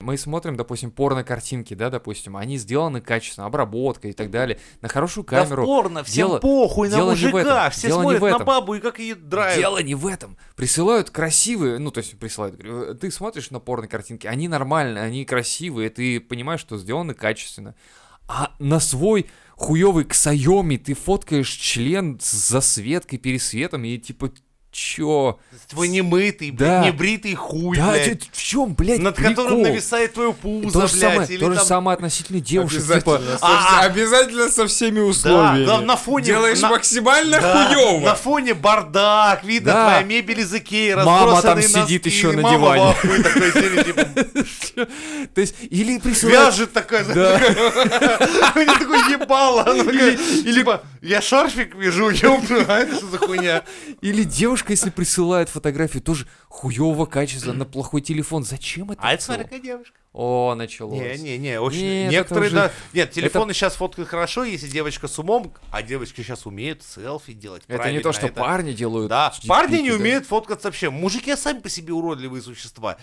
Мы смотрим, допустим, порно-картинки, да, допустим, они сделаны качественно, обработка и так далее, на хорошую камеру. Да в порно, всем Дело- похуй на дело не в мужика, этом, все дело не смотрят в на этом. бабу и как ее драют. Дело не в этом. Присылают красивые, ну, то есть присылают. говорю, Ты смотришь на порно-картинки, они нормальные, они красивые, ты понимаешь, что сделаны качественно. А на свой хуёвый ксайоми ты фоткаешь член с засветкой, пересветом и типа чё? Твой немытый, Да. блядь, небритый хуй, да, блядь, чё- в чем, блядь, над которым прикол? нависает твое то пузо, же блядь, самое, или то же там- самое относительно девушек. Обязательно, Типа, со вс- а. обязательно со всеми Да, условиями. да, на фоне... Делаешь на- максимально Да, хуёво. На фоне бардак, видно Да. твоя мебель из Икеи, Мама там разбросанные сидит носки, ещё на мама диване. в ахуе такой сидит, типа, то есть, или присылают вяжет такая, Да. а у нее такое ебало, она такая, типа, я шарфик вяжу, ёбну, а это что за хуйня? Или девушка, если присылает фотографию, тоже хуевого качества на плохой телефон. Зачем это? А это смотри, всё? какая девушка. О, началось. Не, не, не, очень. Нет, некоторые, это уже- да. Нет, телефоны сейчас фоткают хорошо, если девочка с умом, а девочки сейчас умеют селфи делать. Это правильно, не то, что это- парни делают. Да, дикпики, парни не да. умеют фоткаться вообще. Мужики сами по себе уродливые существа.